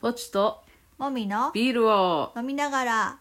ポチともみのビールを飲みながら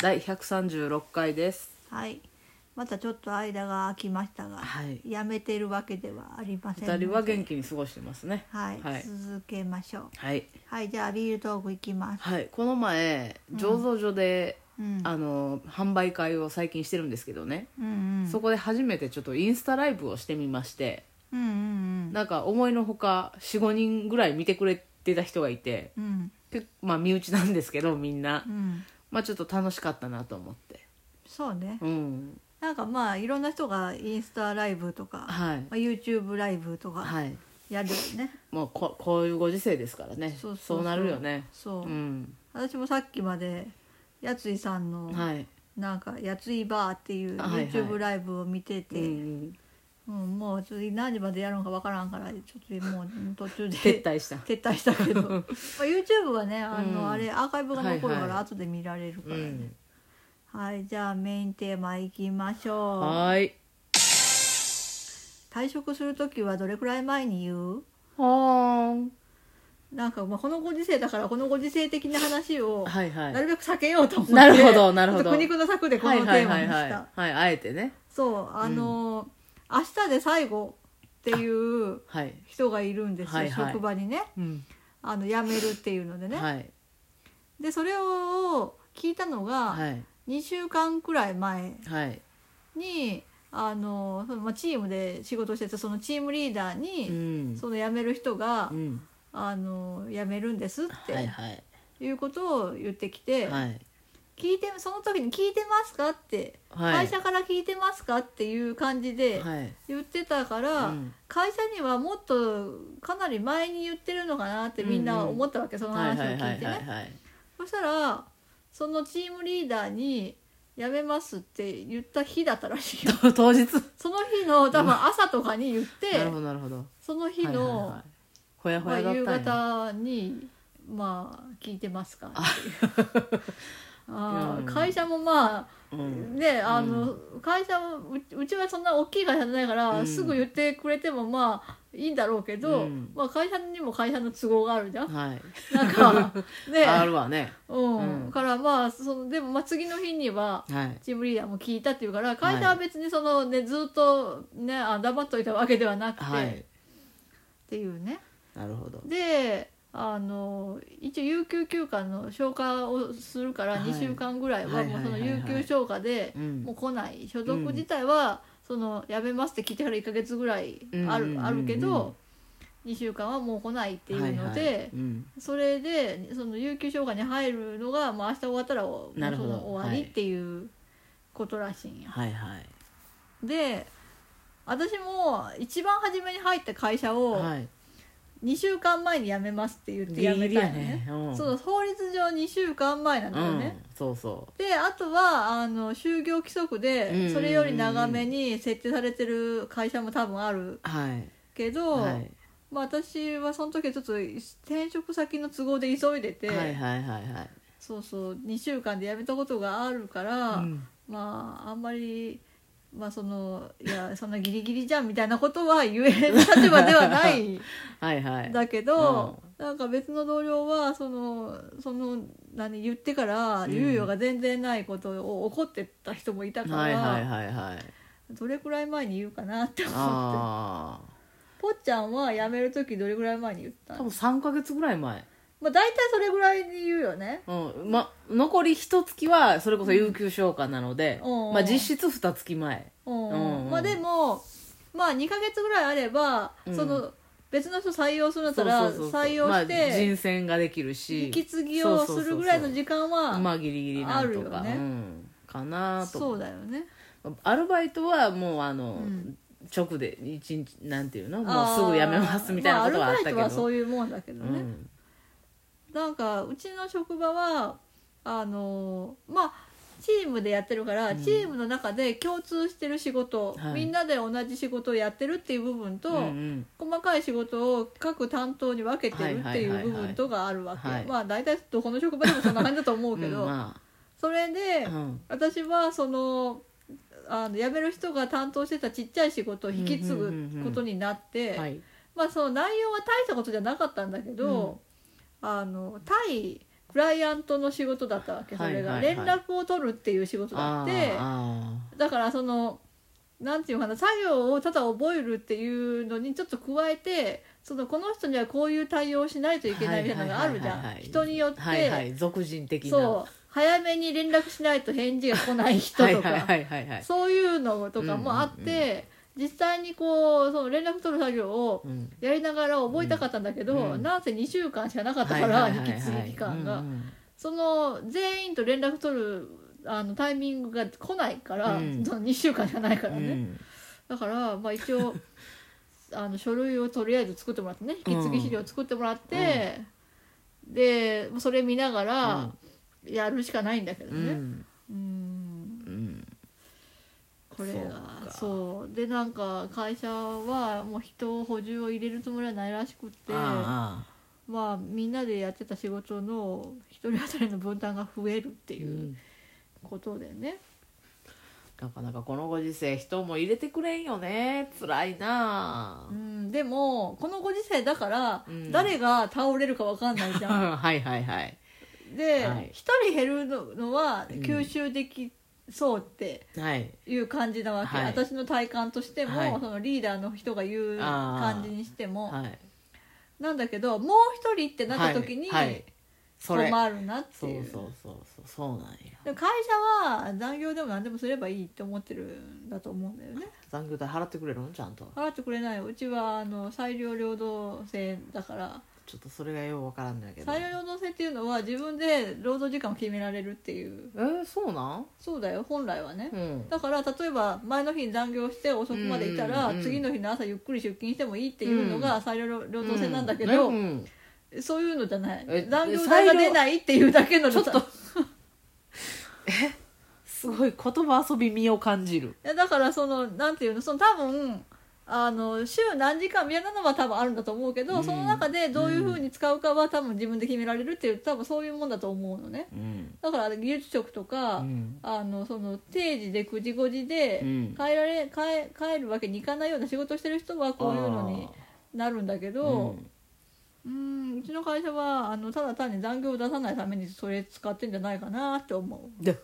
第136回ですはいまたちょっと間が空きましたが、はいやめてるわけではありませんの二で人は元気に過ごしてますねはい、はい続けましょうはい、はいじゃあビールトークいきますはい、この前醸造所で、うんあの販売会を最近してるんですけどね、うんうんそこで初めてちょっとインスタライブをしてみましてうんうんなんか思いのほか45人ぐらい見てくれてた人がいてうんうん結構まあ身内なんですけどみんな、うんまあちょっと楽しかったなと思ってそうねうんなんかまあいろんな人がインスタライブとか、はいまあ、YouTube ライブとかはいやるよね、もうここういうご時世ですからねそうそうそうなるよねそう、うん私もさっきまでやついさんの、はい、なんか「やついバー」っていうはいはい YouTube ライブを見てて、うん、うんもう次何時までやるのかわからんからちょっともう途中で撤退した撤退し たけど、まあ、YouTube はねあの、うんあれアーカイブが残るかはいはらい後で見られるかうらね、んはい、じゃあメインテーマいきましょうはーい退職する時はどれくらい前に言うはーんなんかまあこのご時世だからこのご時世的な話をはいはないるべく避けようと思って、なるほどなるほどちょっと苦肉の策でこはのテいはいーマはにいした、はいはいあえてねそうあのー明日で最後」っていうはい、人がいるんですよ、はいはい職場にねうんあの辞めるっていうのでね、はいでそれを聞いたのがはい2週間くらい前はいにあのその、まあ、チームで仕事してたそのチームリーダーうに、んその辞める人が、うんあの辞めるんですっはいてはいいうことを言ってきて、はい聞いてその時に「聞いてますか?」って、はい会社から聞いてますか?」っていう感じではい言ってたから、うん会社にはもっとかなり前に言ってるのかなってみんな思ったわけ、そのはい話をはいは聞いいてはいね。はい そしたらそのチームリーダーに「辞めます」って言った日だったらし いよ当日その日の多分朝とかに言ってなるほどなるほどその日の、はいはいはいほやほまあ、やだったん夕や方に「まあ聞いてますか?」っていうあうんー会社もまあうんねあの、会社もううちはそんな大きい会社じゃないから、うんすぐ言ってくれてもまあいいんだろうけど、うんまあ、会社にも会社の都合があるじゃん。はいなん かあねるわねうんうんからまあそのでもまあ次の日にははいチームリーダーも聞いたっていうから会社は別にその、ね、ずっと、ね、あ黙っといたわけではなくて、はっいていうね。なるほどであの一応有給休暇の消化をするからはい2週間ぐらいははいもうはいそのはいはい有給消化でうんもう来ない所属自体はそのやめますって聞いてから1ヶ月ぐらいあうんうんうんうるんあるけど2週間はもう来ないっていうのはいはいでうんそれでその有給消化に入るのがもう明日終わったらもうなるそほどの終わりっていうことらしいんや。はいはいで私も一番初めに入った会社をはい2週間前に辞めますって言って辞めたよね。うんそう法律上2週間前なんだよね、うんそうそであとはあの就業規則うんうんうんうでんそれより長めに設定されてる会社も多分あるうはいけど、はいまあ、私はその時はちょっと転職先の都合で急いでて、はいはいはいはいそうそう2週間で辞めたことがあるから、うんまああんまり。まあそのいやそんなギリギリじゃんみたいなことは言える立場ではない はいはいだけど、なんか別の同僚はそのその何言ってからうん猶予が全然ないことを怒ってた人もいたから、はいはいはいはいどれくらい前に言うかなって思ってあぽっちゃんは辞める時どれくらい前に言っあた多分3か月ぐらい前まあ大体それぐらいに言うよねうんま残り一月はそれこそ有給消化なのでうんまあ実質二月前うん、うんうんまあでもまあ2ヶ月ぐらいあれば、うんその別の人採用するんだったそうらそうそうそう採用しまあ、て人選ができるし引き継ぎをするぐらいの間時間はまあギリギリなんとか、あるよねうん、かなとそうだよねアルバイトはもうあの、うん直で一日なんていうのあもうーすぐ辞めますみたいなことはあったけど、まあ、アルバイトはそういうもんだけどうね、んなんかうちの職場はあのーまあチームでやってるから、うんチームの中で共通してる仕事、はいみんなで同じ仕事をやってるっていう部分と、うんうん細かい仕事を各担当に分けてるっていはいはういはいはい部分とがあるわけ、はいまあ大体どこの職場でもそんな感じだと思うけど、うんまそれで、あうん私はそのあの辞める人が担当してたちっちゃい仕事を引き継ぐことになって、はいまあその内容は大したことじゃなかったんだけど、あの対クライアントの仕事だったわけそれが、はいはいはい連絡を取るっていう仕事だあってーあだからそのなんていうかな作業をただ覚えるっていうのにちょっと加えてそのこの人にはこういう対応しないといけないみたいなのがあるじはいはいゃはいんはい人によって、ーはいはい俗人的なそう早めに連絡しないと返事が来ない人とはいかはいはいはいはいそういうのとかもあって、実際にこうその連絡取る作業をうんやりながら覚えたかったんだけど、うんなんせ2週間しかなかったはいかはいら、はい引き継ぎ期間が、うんうんその全員と連絡取るあのタイミングが来ないから、うんその2週間じゃないからね、うんだからまあ一 応あの書類をとりあえず作ってもらってね引き継ぎ資料を作ってもらって、でそれ見ながらやるしかないんだけうどね。んうんうんこれそうがかそうでなんか会社はもう人を補充を入れるつもりはないらしくってあまあみんなでやってた仕事の一人当たりの分担が増えるってーあーういうんことでね、なかなかこのご時世人も入れてくれんよね辛いなうんでもこのご時世だからうん誰が倒れるかわかんないじあ ゃん、はいはいはいで一、はい人減るののはうん吸収できそうってはいいう感じなわけ、はい私の体感としても、はいそのリーダーの人が言う感じにしても、はいなんだけどもう一人ってなった時に、はいはいそれ困るなってそいううそうそうそうそうなんやでも会社は残業でも何でもすればいいって思ってるんだと思うんだよね残業代払ってくれるのちゃんと払ってくれないようちはあの裁量労働制だからちょっとそれがようわからんのやけど裁量労働制っていうのは自分で労働時間を決められるっていうえー、そうなんそうだよ本来はねうんだから例えば前の日に残業して遅くまでいたらうんうん次の日の朝ゆっくり出勤してもいいっていうのが裁量労働制なんだけうどんそういうのじゃなえい残業代が出ないっていうだけのちょっといえすごい言葉遊び身を感じるやだからそのなんていうのその多分あの週何時間みたいなのは多分あるんだと思うけど、うんその中でどういうふうに使うかは多分自分で決められるっていう多分そういうもんだと思うのねうんだから技術職とか、うんあのその定時で9時5時でうん帰られ帰帰るわけにいかないような仕事してる人はこういうのになるんだけあーどうんうんうちの会社はあのただ単に残業を出さないためにそれ使ってんじゃないかなって思う。で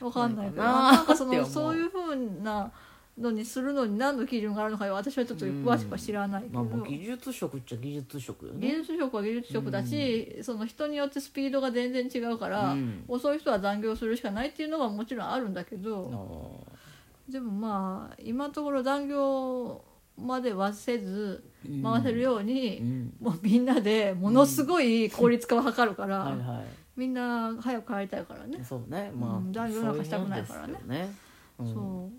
わかんないけどななんかなんーかそっての思うそういうふうなのにするのに何の基準があるのか私はちょっと詳しくは知らないけまど、あ、もう技術職っちゃ技術職よ技ね術職は技術職だし、その人によってスピードが全然違うから、うん遅い人は残業するしかないっていうのはもちろんあるんだけあどーでもまあ今のところ残業まではせず回せるよううに、んもうみんなでものすごい効率化を図るから、はいはみんな早く帰りたいからねい。そうねまあ、うん残業なんかしたくないからねそううもんですよねうんそう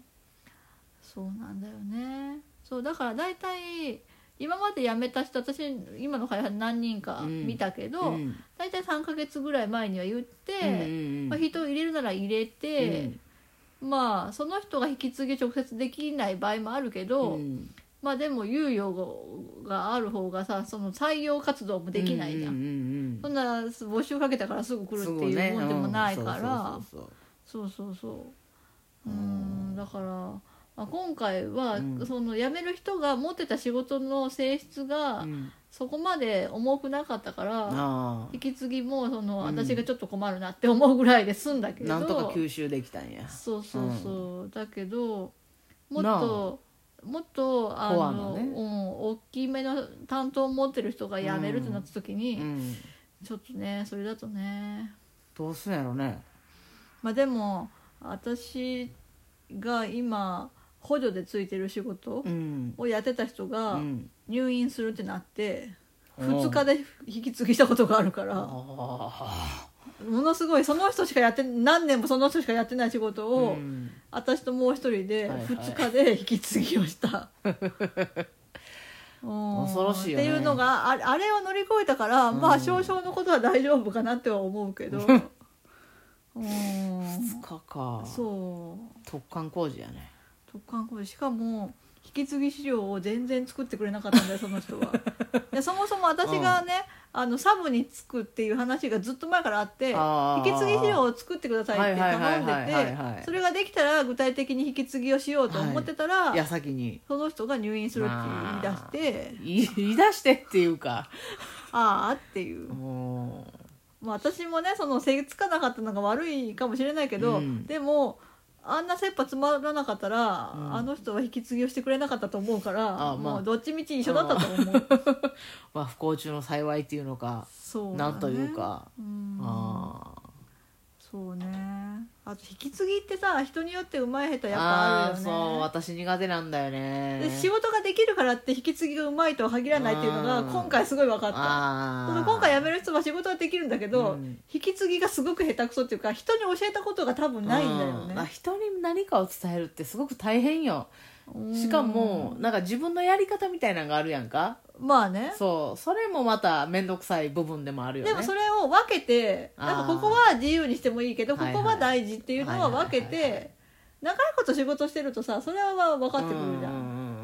そうなんだよねそうだから大体今まで辞めた人私今の会社何人かうん見たけど、うん大体3ヶ月ぐらい前には言って、うんまあ、人を入れるなら入れて、まあその人が引き継ぎ直接できない場合もあるけど、うんまあでも猶予がある方がさその採用活動もできないじゃん。うんうんそんな募集かけたからすぐ来るっていうもんでもないから、すごいねうんそうそうそうそうそうそうそうううんんだから、まあ、今回は、うんその辞める人が持ってた仕事の性質が、うんそこまで重くなかったからあ引き継ぎもその、うん私がちょっと困るなって思うぐらいで済んだけあなどんとか吸収できたんやそうそうそう、だけどもっともっとあコアののねうん、大きめの担当を持ってる人が辞めるってなった時に、うんちょっとねそれだとねどうすんやろねまあでも私が今補助でついてる仕事うんをやってた人うがん入院するってなってうん2日で引き継ぎしたことがあるかあらあものすごいその人しかやって何年もその人しかやってない仕事うをん私ともう一人ではいはい2日で引き継ぎ をした。うん恐ろしいよねっていうのがああれを乗り越えたから、まうあん少々のことは大丈夫かなっては思うけ どうん二日かそう突貫工事やね特貫工事しかも引き継ぎ資料を全然作ってくれなかったん だよその人はでそもそも私がね、あのサブにつくっていう話がずっと前からあってあ引ーき継ぎ資料を作ってくださいって頼んはいはいはいはいはいはいでてそれができたら具体的に引き継ぎをしようと思ってたら、いや先にその人が入院するって言い出してい 言い出してっていうかああっていう、もまあ、私もねそのせいつかなかったのが悪いかもしれないけど、うんでもあんな切羽詰まらなかったら、うんあの人は引き継ぎをしてくれなかったと思うからあまあもうどっちみち一緒だったと思う。う、まあ、不幸中の幸いっていうのか そうだなねんというか、うんあーそうねあと引き継ぎってさ人によってうまい下手やっぱああるーそうよね私苦手なんだよねで仕事ができるからって引き継ぎがうまいとは限らないっていうのがうん今回すごい分かったあそーの今回辞める人は仕事はできるんだけど、うん引き継ぎがすごく下手くそっていうか人に教えたことが多分ないんだようんあね、人に何かを伝えるってすごく大変よしかもなんか自分のやり方みたいなのがあるやんかうんまあねそうそれもまた面倒くさい部分でもあるよねでもそれを分けてあーなんかここは自由にしてもいいけどこはいはいこは大事っていうのは分けはいはいはいはて長いこと仕事してるとさそれは分かってくるうじゃんうんん。うんうん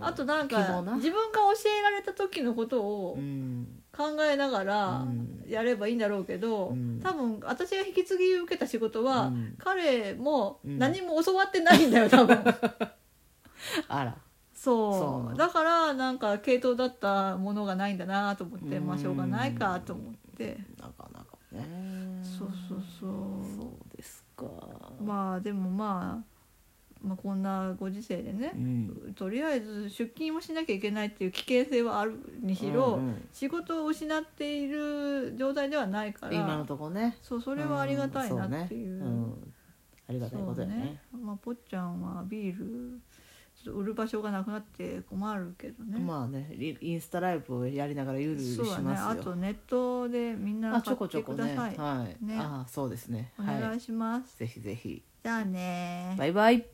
あとなんか希望な自分が教えられた時のことをうん考えながらうんやればいいんだろうけど、うん多分私が引き継ぎ受けた仕事は、うん彼もうん何も教わってないんだよ多 分あらそうそうだからなんか系統だったものがないんだなと思ってまあうんしょうがないかと思ってなかなかねそうそうそうそうですかまあでもまあ、まあ、こんなご時世でねう、んとりあえず出勤もしなきゃいけないっていう危険性はあるにしうろ、んうん仕事を失っている状態ではないから今のとこねそうそそれはありがたいなっていう。ん、ありがたいことだよねそうまあ、ぽっちゃんはビールちょっと売る場所がなくなって困るけどね,、まあねリインスタライブをやりながらゆるゆそるうしだねまあすよとネットでみんなあち買ょっこちょてこくだねさい、はいねあそうですねおは願いいします、ぜひぜひじゃあねバイバイ